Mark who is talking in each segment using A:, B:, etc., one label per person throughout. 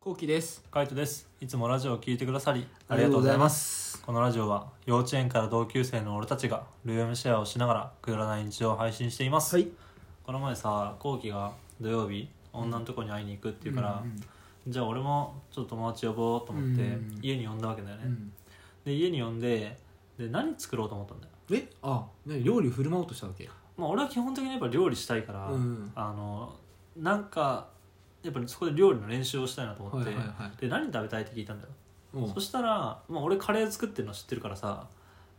A: こうきです。
B: カイトですいつもラジオを聞いてくださり
C: ありがとうございますす。
B: このラジオは幼稚園から同級生の俺たちがルームシェアをしながらくだらない日常を配信しています、
C: はい。
B: この前さこうきが土曜日女のとこに会いに行くっていうから、
C: うん
B: じゃあ俺もちょっと友達呼ぼうと思って
C: うん
B: 家に呼んだわけだよね、
C: うん
B: で家に呼んでで何作ろうと思ったんだよ
C: え、あ、ね、料理振る舞おうとしたわけ。
B: まあ俺は基本的にやっぱ料理したいから、
C: うん
B: あのなんかやっぱりそこで料理の練習をしたいなと思
C: は
B: っ
C: い
B: て、
C: はいはい。
B: で何食べたいって聞いたんだよ
C: おう
B: そしたら、まあ、俺カレー作ってるの知ってるからさ、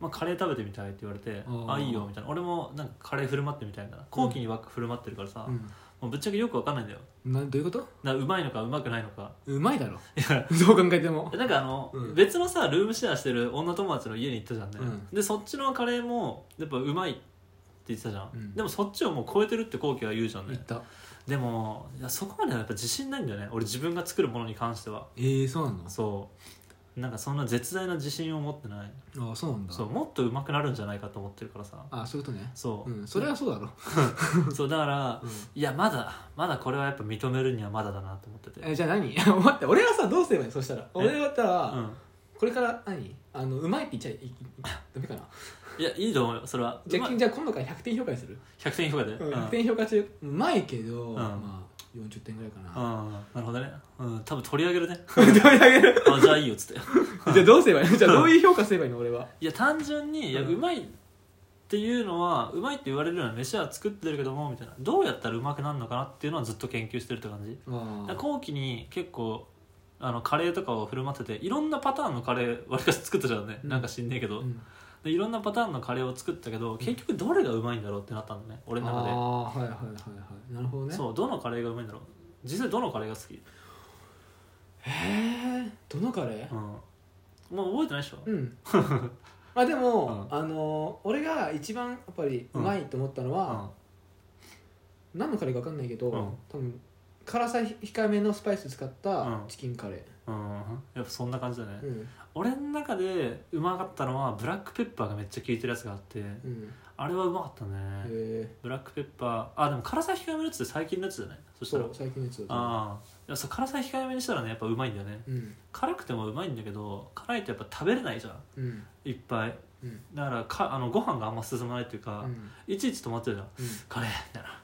B: まあ、カレー食べてみたいって言われて
C: うん
B: あいいよみたいな俺もなんかカレー振る舞ってみたいんだな後期にばっか振る舞ってるからさ、もうぶっちゃけよくわかんないんだよ
C: うん。なん、どういうこと。
B: なうまいのかうまくないのか
C: うまいだろ。
B: いや
C: どう考えて も。
B: なんかあの、
C: うん
B: 別のさルームシェアしてる女友達の家に行ったじゃんね、
C: うん
B: でそっちのカレーもやっぱうまいって言ってたじゃん、
C: うん
B: でもそっちをもう超えてるって後期は言うじゃん
C: 言っ
B: ね
C: た。
B: でもいやそこまではやっぱ自信ないんだよね俺自分が作るものに関しては
C: えー、そうなの。
B: そうなんかそんな絶大な自信を持ってない
C: あ、そうなんだ。
B: そうもっと上手くなるんじゃないかと思ってるからさ
C: あ、そういうことね。
B: そう、
C: うん、それはそうだろ。
B: そうだから
C: うん
B: いやまだまだこれはやっぱ認めるにはまだだなと思ってて
C: え、じゃあ、何。 待って、俺はさ、どうすればいいの、そしたら。俺だった
B: う
C: ら、
B: ん
C: これから、何、あの、うまいって言っちゃいい、いダメかな。
B: いやいいと思うよそれは
C: じゃ
B: う
C: あ、
B: まい
C: じゃあ、今度から100点評価にする。
B: 100点評価で
C: う
B: うんん、
C: 100点評価中、うまいけど、
B: ん
C: まあ、40点ぐらいか
B: うん
C: な。
B: なるほどねうん多分取り上げるね
C: 取り上げる。
B: あじゃあいいよっつって
C: じゃあ、どうすればい いの、じゃあ、どういう評価すればいいの、俺は。
B: いや単純にいや
C: うん
B: うまいっていうのはうまいって言われるような飯は作ってるけどもみたいなどうやったらうまくなるのかなっていうのはずっと研究してるって感じ
C: あ
B: だから後期に結構あのカレーとかを振る舞ってていろんなパターンのカレーわりかし作ったじゃんね、
C: うん
B: なんか知んねえけど、
C: うん
B: でいろんなパターンのカレーを作ったけど結局どれがうまいんだろうってなったんだね俺の中で、
C: ああはいはいはいはいなるほどね
B: そうどのカレーがうまいんだろう実際どのカレーが好き、
C: へえどのカレー
B: うん、もう覚えてないでしょ、
C: うん まあでも、
B: う
C: あのー俺が一番やっぱりうまいと思ったのは、何のカレーか分かんないけど、
B: うん
C: 多分辛さ控えめのスパイス使っ
B: う
C: た
B: ん
C: チキンカレ
B: うん、うん、やっぱそんな感じだね、
C: ーうん
B: 俺の中でうまかったのはブラックペッパーがめっちゃ効いてるやつがあって
C: うん
B: あれはうまかったね、
C: へえ
B: ブラックペッパーあでも辛さ控えめのやつって最近のやつじゃないそした
C: そ
B: ら
C: う最近のやつだと
B: ああいやそう辛さ控えめにしたらねやっぱうまいんだよね
C: うん
B: 辛くてもうまいんだけど辛いとやっぱ食べれないじゃん
C: うん
B: いっぱい
C: うん
B: だからかあのご飯があんま進まないっていう
C: う
B: か、
C: ん
B: いちいち止まってるじゃん
C: う
B: カレーみたいなは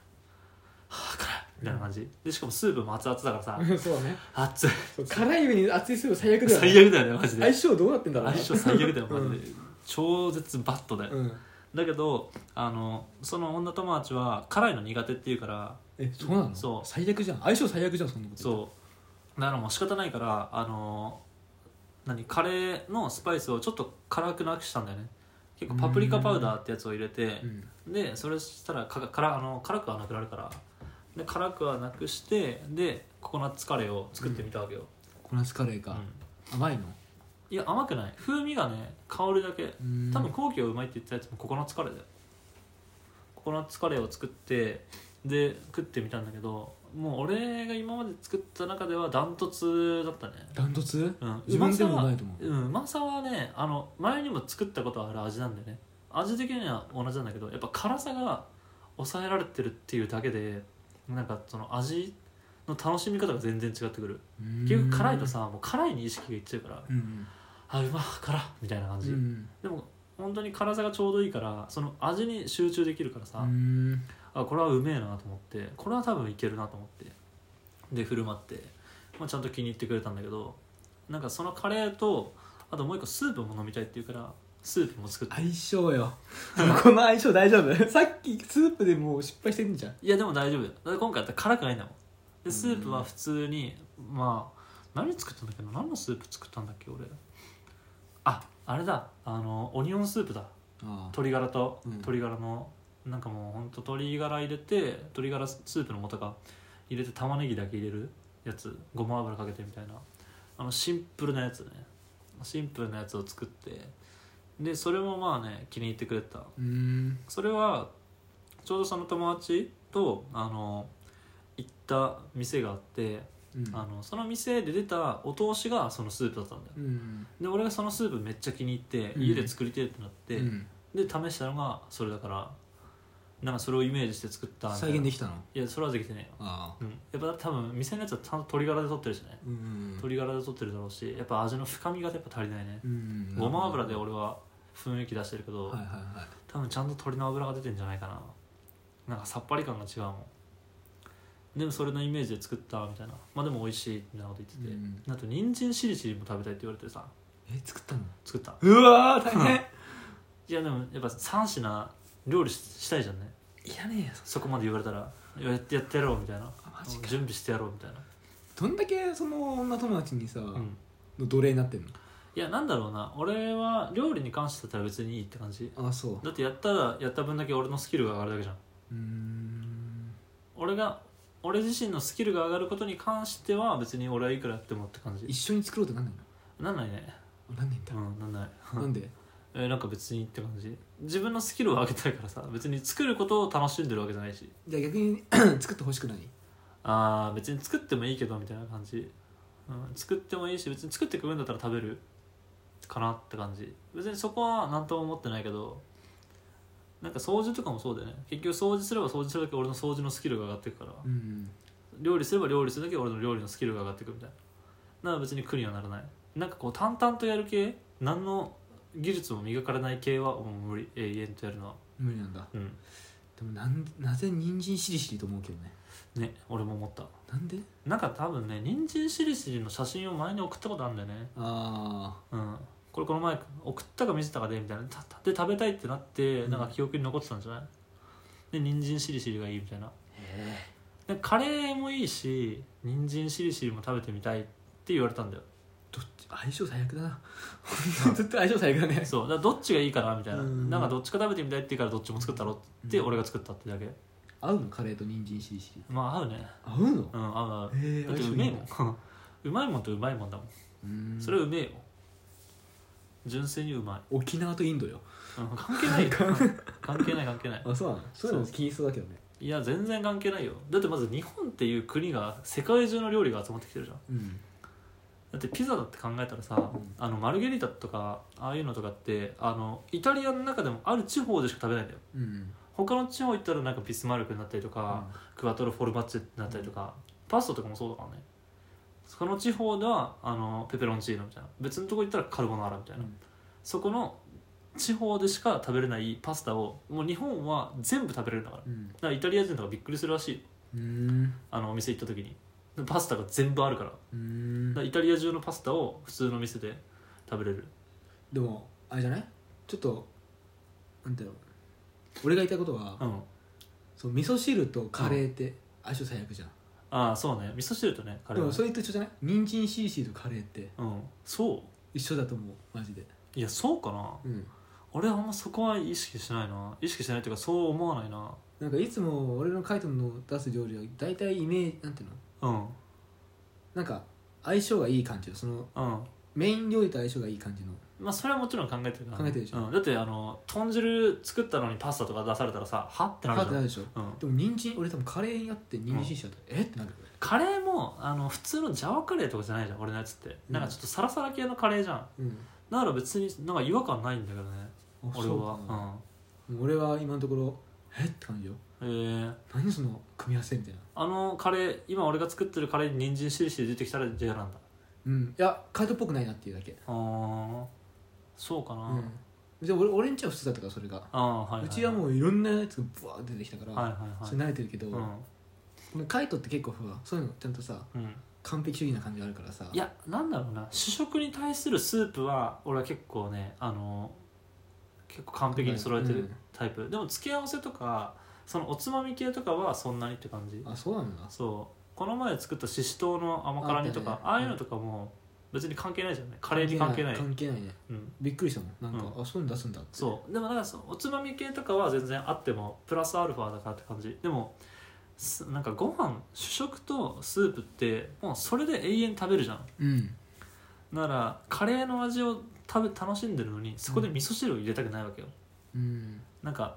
B: あ辛いみたいな感じでしかもスープも熱々だからさ
C: ん そうだね
B: 熱い
C: そう辛い上に熱いスープ最悪だよね
B: 最悪だよねマジ
C: 相
B: で
C: 性どうなってんだろう
B: 相
C: ね
B: 性最悪だよマジで、
C: う
B: 超絶バットだよ、
C: うん
B: だけどあのその女友達は辛いの苦手っていうから
C: えそうなの
B: そう
C: 最悪じゃん相性最悪じゃんそんなこと言っ
B: そうだからもう仕方ないからあの何カレーのスパイスをちょっと辛くなくしたんだよね結構パプリカパウダーってやつを入れて
C: たらうん
B: でそれしたらかからあの辛くはなくなるからで辛くはなくしてでココナッツカレーを作ってみたわけよ、
C: ココナッツカレーか、
B: うん
C: 甘いの
B: いや甘くない風味がね香るだけ多分後期がうまいって言ってたやつもココナッツカレーだよココナッツカレーを作ってで食ってみたんだけどもう俺が今まで作った中ではダントツだったね
C: ダントツ
B: うん
C: 自分でもうまいと思う
B: うまさはうんうまさはねあの前にも作ったことある味なんだよね味的には同じなんだけどやっぱ辛さが抑えられてるっていうだけでなんかその味の楽しみ方が全然違ってくる結局辛いとさもう辛いに意識がいっちゃうから
C: うん
B: あうま辛っみたいな感
C: う
B: じ、
C: ん
B: でも本当に辛さがちょうどいいからその味に集中できるからさ、
C: うん
B: あこれはうめえなと思ってこれは多分いけるなと思ってで振る舞って、まあ、ちゃんと気に入ってくれたんだけどなんかそのカレーとあともう一個スープも飲みたいっていうからスープも作って
C: 相性よこの相性大丈夫 さっきスープでもう失敗してんじゃん
B: いやでも大丈夫だよだって今回やったら辛くないんだもん
C: う
B: で
C: ん
B: スープは普通にまあ何作ったんだっけな何のスープ作ったんだっけ俺ああれだあのオニオンスープだ
C: あ
B: 鶏ガラと
C: うん
B: 鶏ガラの、なんかもうほんと鶏ガラ入れて鶏ガラスープの素が入れて玉ねぎだけ入れるやつごま油かけてみたいなあのシンプルなやつねシンプルなやつを作ってでそれもまあね気に入ってくれてた
C: うん
B: それはちょうどその友達とあの行った店があって、
C: うん
B: あのその店で出たお通しがそのスープだったんだよ
C: うん
B: で俺がそのスープめっちゃ気に入って
C: うん
B: 家で作りてえってなって、
C: うん
B: で試したのがそれだからなんかそれをイメージして作ったみたい
C: 再
B: な
C: 現できたの
B: いやそれはできてね
C: ああ
B: えよ、うん、やっぱ多分店のやつはちゃんと鶏ガラで取ってるしね
C: うん
B: 鶏ガラで取ってるだろうしやっぱ味の深みがやっぱ足りないね
C: うん
B: ごま油で俺は雰囲気出してるけど、
C: はいはいはい
B: 多分ちゃんと鶏の油が出てんじゃないかななんかさっぱり感が違うもんでもそれのイメージで作ったみたいなまあでも美味しいみたいなこと言ってて、
C: うん
B: あと人参しりしりも食べたいって言われてさ
C: え作ったの
B: 作った
C: うわー大変
B: いやでもやっぱ3品料理ししたいじゃんね
C: いらねえよ
B: そこまで言われたらいややってやってやろうみたいな
C: あマジか
B: 準備してやろうみたいな、
C: どんだけその女友達にさ、
B: うん、
C: の奴隷になってん
B: いやなんだろうな俺は料理に関してだったら別にいいって感じ
C: のあそう
B: だってやったらやった分だけ俺のスキルが上がるだけじゃん
C: うーん
B: 俺が俺自身のスキルが上がることに関しては別に俺はいくらやってもって感じ
C: 一緒に作ろうってなんない
B: なんないね
C: のなんないんだ
B: う、んなんない
C: なんで
B: えなんか別にって感じ自分のスキルを上げたいからさ別に作ることを楽しんでるわけじゃないし
C: じゃあ逆に 作ってほしくない
B: あー別に作ってもいいけどみたいな感じ、うん、作ってもいいし別に作ってく分だったら食べるかなって感じ別にそこは何とも思ってないけどなんか掃除とかもそうだよね結局掃除すれば掃除するだけ俺の掃除のスキルが上がっていくから
C: うん
B: 料理すれば料理するだけ俺の料理のスキルが上がっていくみたいななら別に苦にはならないなんかこう淡々とやる系何の技術も磨かれない系はもう無理永遠とやるのは
C: 無理なんだ
B: うん
C: でもなんなぜ人参しりしりと思うけどね
B: ね俺も思った
C: なんで
B: なんか多分ね人参しりしりの写真を前に送ったことあるんだよね
C: あ
B: うんこれこの前送ったか見せたかでみたいなたたで食べたいってなって
C: うん
B: なんか記憶に残ってたんじゃない、で人参しりしりがいいみたいな
C: あへ
B: でカレーもいいし人参しりしりも食べてみたいって言われたんだよ
C: どっち相性最悪だな ずっと相性最悪だね
B: そうだからどっちがいいかなみたいな
C: うん
B: なんかどっちか食べてみたいって言うからどっちも作ったろって言って
C: うん
B: 俺が作ったってだけ
C: 合うのカレーと人参しりしり
B: まあ合うね
C: 合うの
B: うん合う合
C: へえ
B: うだってうめえもん うまいもんとうまいもんだもん
C: うん
B: それはうめえよ純粋にうまい
C: 沖縄とインドよ
B: うん関係ないよ関係ない関係ない
C: あそうなのそういうの気にしそうだけどね
B: いや全然関係ないよだってまず日本っていう国が世界中の料理が集まってきてるじゃん
C: うん
B: だってピザだって考えたらさ、
C: ん
B: あのマルゲリータとかああいうのとかってあのイタリアの中でもある地方でしか食べないんだよ
C: うん
B: 他の地方行ったらなんかビスマルクになったりとか、クワトロフォルマッチェになったりとか、パスタとかもそうだからねその地方ではあのペペロンチーノみたいな別のとこ行ったらカルボナーラみたいな、
C: うん
B: そこの地方でしか食べれないパスタをもう日本は全部食べれるんだからだ
C: うん
B: からイタリア人とかびっくりするらしいよ
C: うん
B: あのお店行った時にパスタが全部あるからだか
C: うん
B: らイタリア中のパスタを普通の店で食べれる
C: でもあれじゃないちょっとなんだろう俺が言いたいことは、
B: うん
C: そう味噌汁とカレーって相性最悪じゃん、
B: ああそうね味噌汁とねカレ
C: でも
B: ーはね
C: それと一緒じゃない人参シーシーとカレーって
B: うんそ
C: 一緒だと思うマジで
B: ういやそうかな
C: うん
B: 俺はあんまそこは意識しないな意識しないというかそう思わないな
C: なんかいつも俺のカイトの出す料理は大体イメージなんていうの
B: うん
C: なんか相性がいい感じのその
B: うん
C: メイン料理と相性がいい感じの
B: まあそれはもちろん考えてるからね
C: 考えてるでしょ
B: うん、だってあの豚汁作ったのにパスタとか出されたらさはってな
C: パ
B: る
C: ッ
B: じ
C: て
B: ゃ、
C: なんるでしょ
B: うん、
C: でも人参俺多分カレーにあって人参シーシーだったら、えってなる
B: カレーもあの普通のジャワカレーとかじゃないじゃん俺のやつってなんかちょっとサラサラ系のカレーじゃん
C: うん
B: だから別になんか違和感ないんだけどね
C: あ
B: 俺
C: そう
B: は
C: かな俺は今のところえって感じよ
B: うんえー
C: 何その組み合わせみたいな
B: あのカレー今俺が作ってるカレーに人参しりしり出てきたら嫌なんだ
C: うんいやカイトっぽくないなっていうだけ
B: あーそうかな、
C: うんじゃあ俺俺んちは普通だったからそれが
B: ああはい、はいう
C: ちはもういろんなやつがブワーって出てきたから、
B: はいはいは
C: そ
B: い
C: れ慣れてるけど、
B: う
C: カイトって結構ほらそういうのちゃんとさ
B: ん、うん、
C: 完璧主義な感じがあるからさ
B: いやなんだろうな主食に対するスープは俺は結構ねあの結構完璧に揃えて
C: う
B: る
C: ん
B: タイプ、でも付け合わせとかそのおつまみ系とかはそんなにって感じ
C: あそうなんだ
B: そうこの前作ったししとうの甘辛煮とかあ,、
C: あったね
B: あいうのとかも別に関係ないじゃんねカレーに関係ない
C: 関係ないね
B: うん、
C: びっくりしたもんなんか、
B: う
C: あそういうの出すんだって
B: そうでもなんかそのおつまみ系とかは全然あってもプラスアルファだからって感じでもすなんかご飯主食とスープってもうそれで永遠食べるじゃん
C: ううん
B: ならカレーの味を食べ楽しんでるのにそこで味噌汁を入れたくないわけよ、
C: うん
B: なんか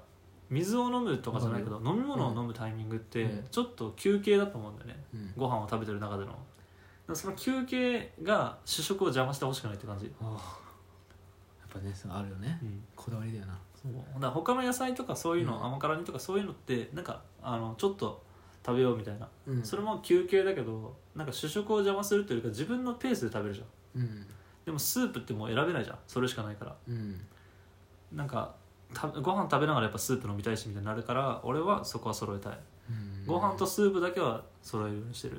B: 水を飲むとかじゃないけど飲み物を飲むタイミングって
C: うん
B: ちょっと休憩だと思うんだよね
C: うん
B: ご飯を食べてる中でのだからその休憩が主食を邪魔してほしくないって感じ、
C: ああやっぱねそうあるよね
B: うん、
C: こだわりだよな
B: そうだから他の野菜とかそういうの、
C: うん
B: 甘辛煮とかそういうのってなんかあのちょっと食べようみたいな、
C: うん
B: それも休憩だけどなんか主食を邪魔するというか自分のペースで食べるじゃん
C: うん
B: でもスープってもう選べないじゃんそれしかないから
C: うん
B: なんかたご飯食べながらやっぱスープ飲みたいしみたいになるから俺はそこは揃えたい
C: うん
B: ご飯とスープだけは揃えるようにしてる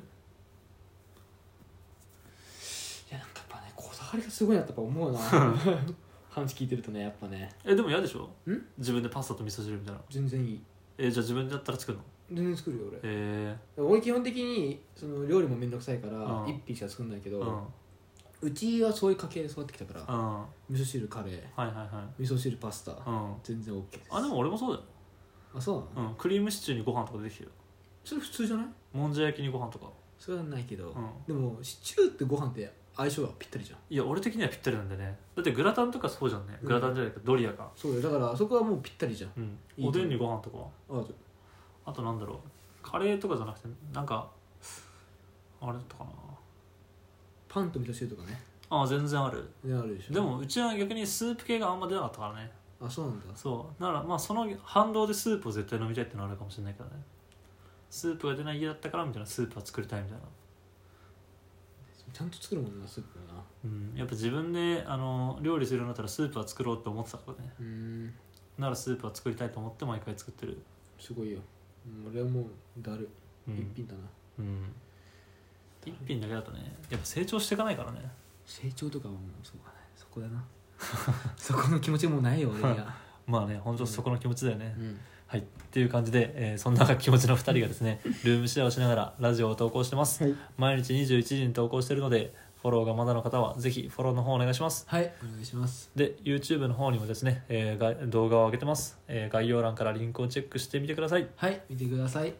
C: いやなんかやっぱねこだわりがすごいなってやっぱ思うな 話聞いてるとねやっぱね
B: えでも嫌でしょ
C: ん
B: 自分でパスタと味噌汁みたいな
C: 全然いい
B: えじゃあ自分でやったら作るの
C: 全然作るよ俺
B: え
C: 俺基本的にその料理もめんどくさいから
B: うん
C: 一品しか作んないけ
B: え
C: ど、
B: う
C: うん
B: うん
C: ちはそういう家系で育ってきたから、
B: は
C: 味噌汁カレー
B: いはいはい
C: 味噌汁パスタ、
B: うん
C: 全然 OK です
B: あでも俺もそうだよ
C: あそうなの、
B: うん、クリームシチューにご飯とかできてるよ
C: それ普通じゃない
B: もんじゃ焼きにご飯とか、
C: それはないけど、
B: うん、
C: でもシチューってご飯って相性がぴったりじゃん
B: いや俺的にはぴったりなんだよねだってグラタンとかそうじゃんねグラタンじゃないけどドリアか、
C: そうよだからそこはもうぴったりじゃん
B: うん
C: いいね
B: おでんにご飯とかは
C: あ
B: あとなんだろうカレーとかじゃなくてなんかあれだったかな
C: パンと味噌汁とかね
B: ああ全然ある
C: 全然あるでしょ
B: でもうちは逆にスープ系があんま出なかったからね
C: あそうなんだ
B: そうだからまあその反動でスープを絶対飲みたいってのはあるかもしれないけどねスープが出ない家だったからみたいなスープは作りたいみたいな
C: ちゃんと作るもんなスープもな
B: うんやっぱ自分であの料理するようになったらスープは作ろうって思ってたからね
C: うーん
B: ならスープは作りたいと思って毎回作ってる
C: すごいようん俺はもうだる、
B: うん
C: 一品だな
B: うん一品だけだとねやっぱ成長していかないからね
C: 成長とかはもうそうだねそこだな そこの気持ちもうないよ俺には
B: まあね本当そこの気持ちだよね、
C: うん
B: はい、っていう感じで、えーそんな気持ちの2人がです ねルームシェアをしながらラジオを投稿してます、
C: はい
B: 毎日21時に投稿してるのでフォローがまだの方はぜひフォローの方お願いします
C: はいお願いします
B: で YouTube の方にもですね、えーが動画を上げてます、えー概要欄からリンクをチェックしてみてください
C: はい見てください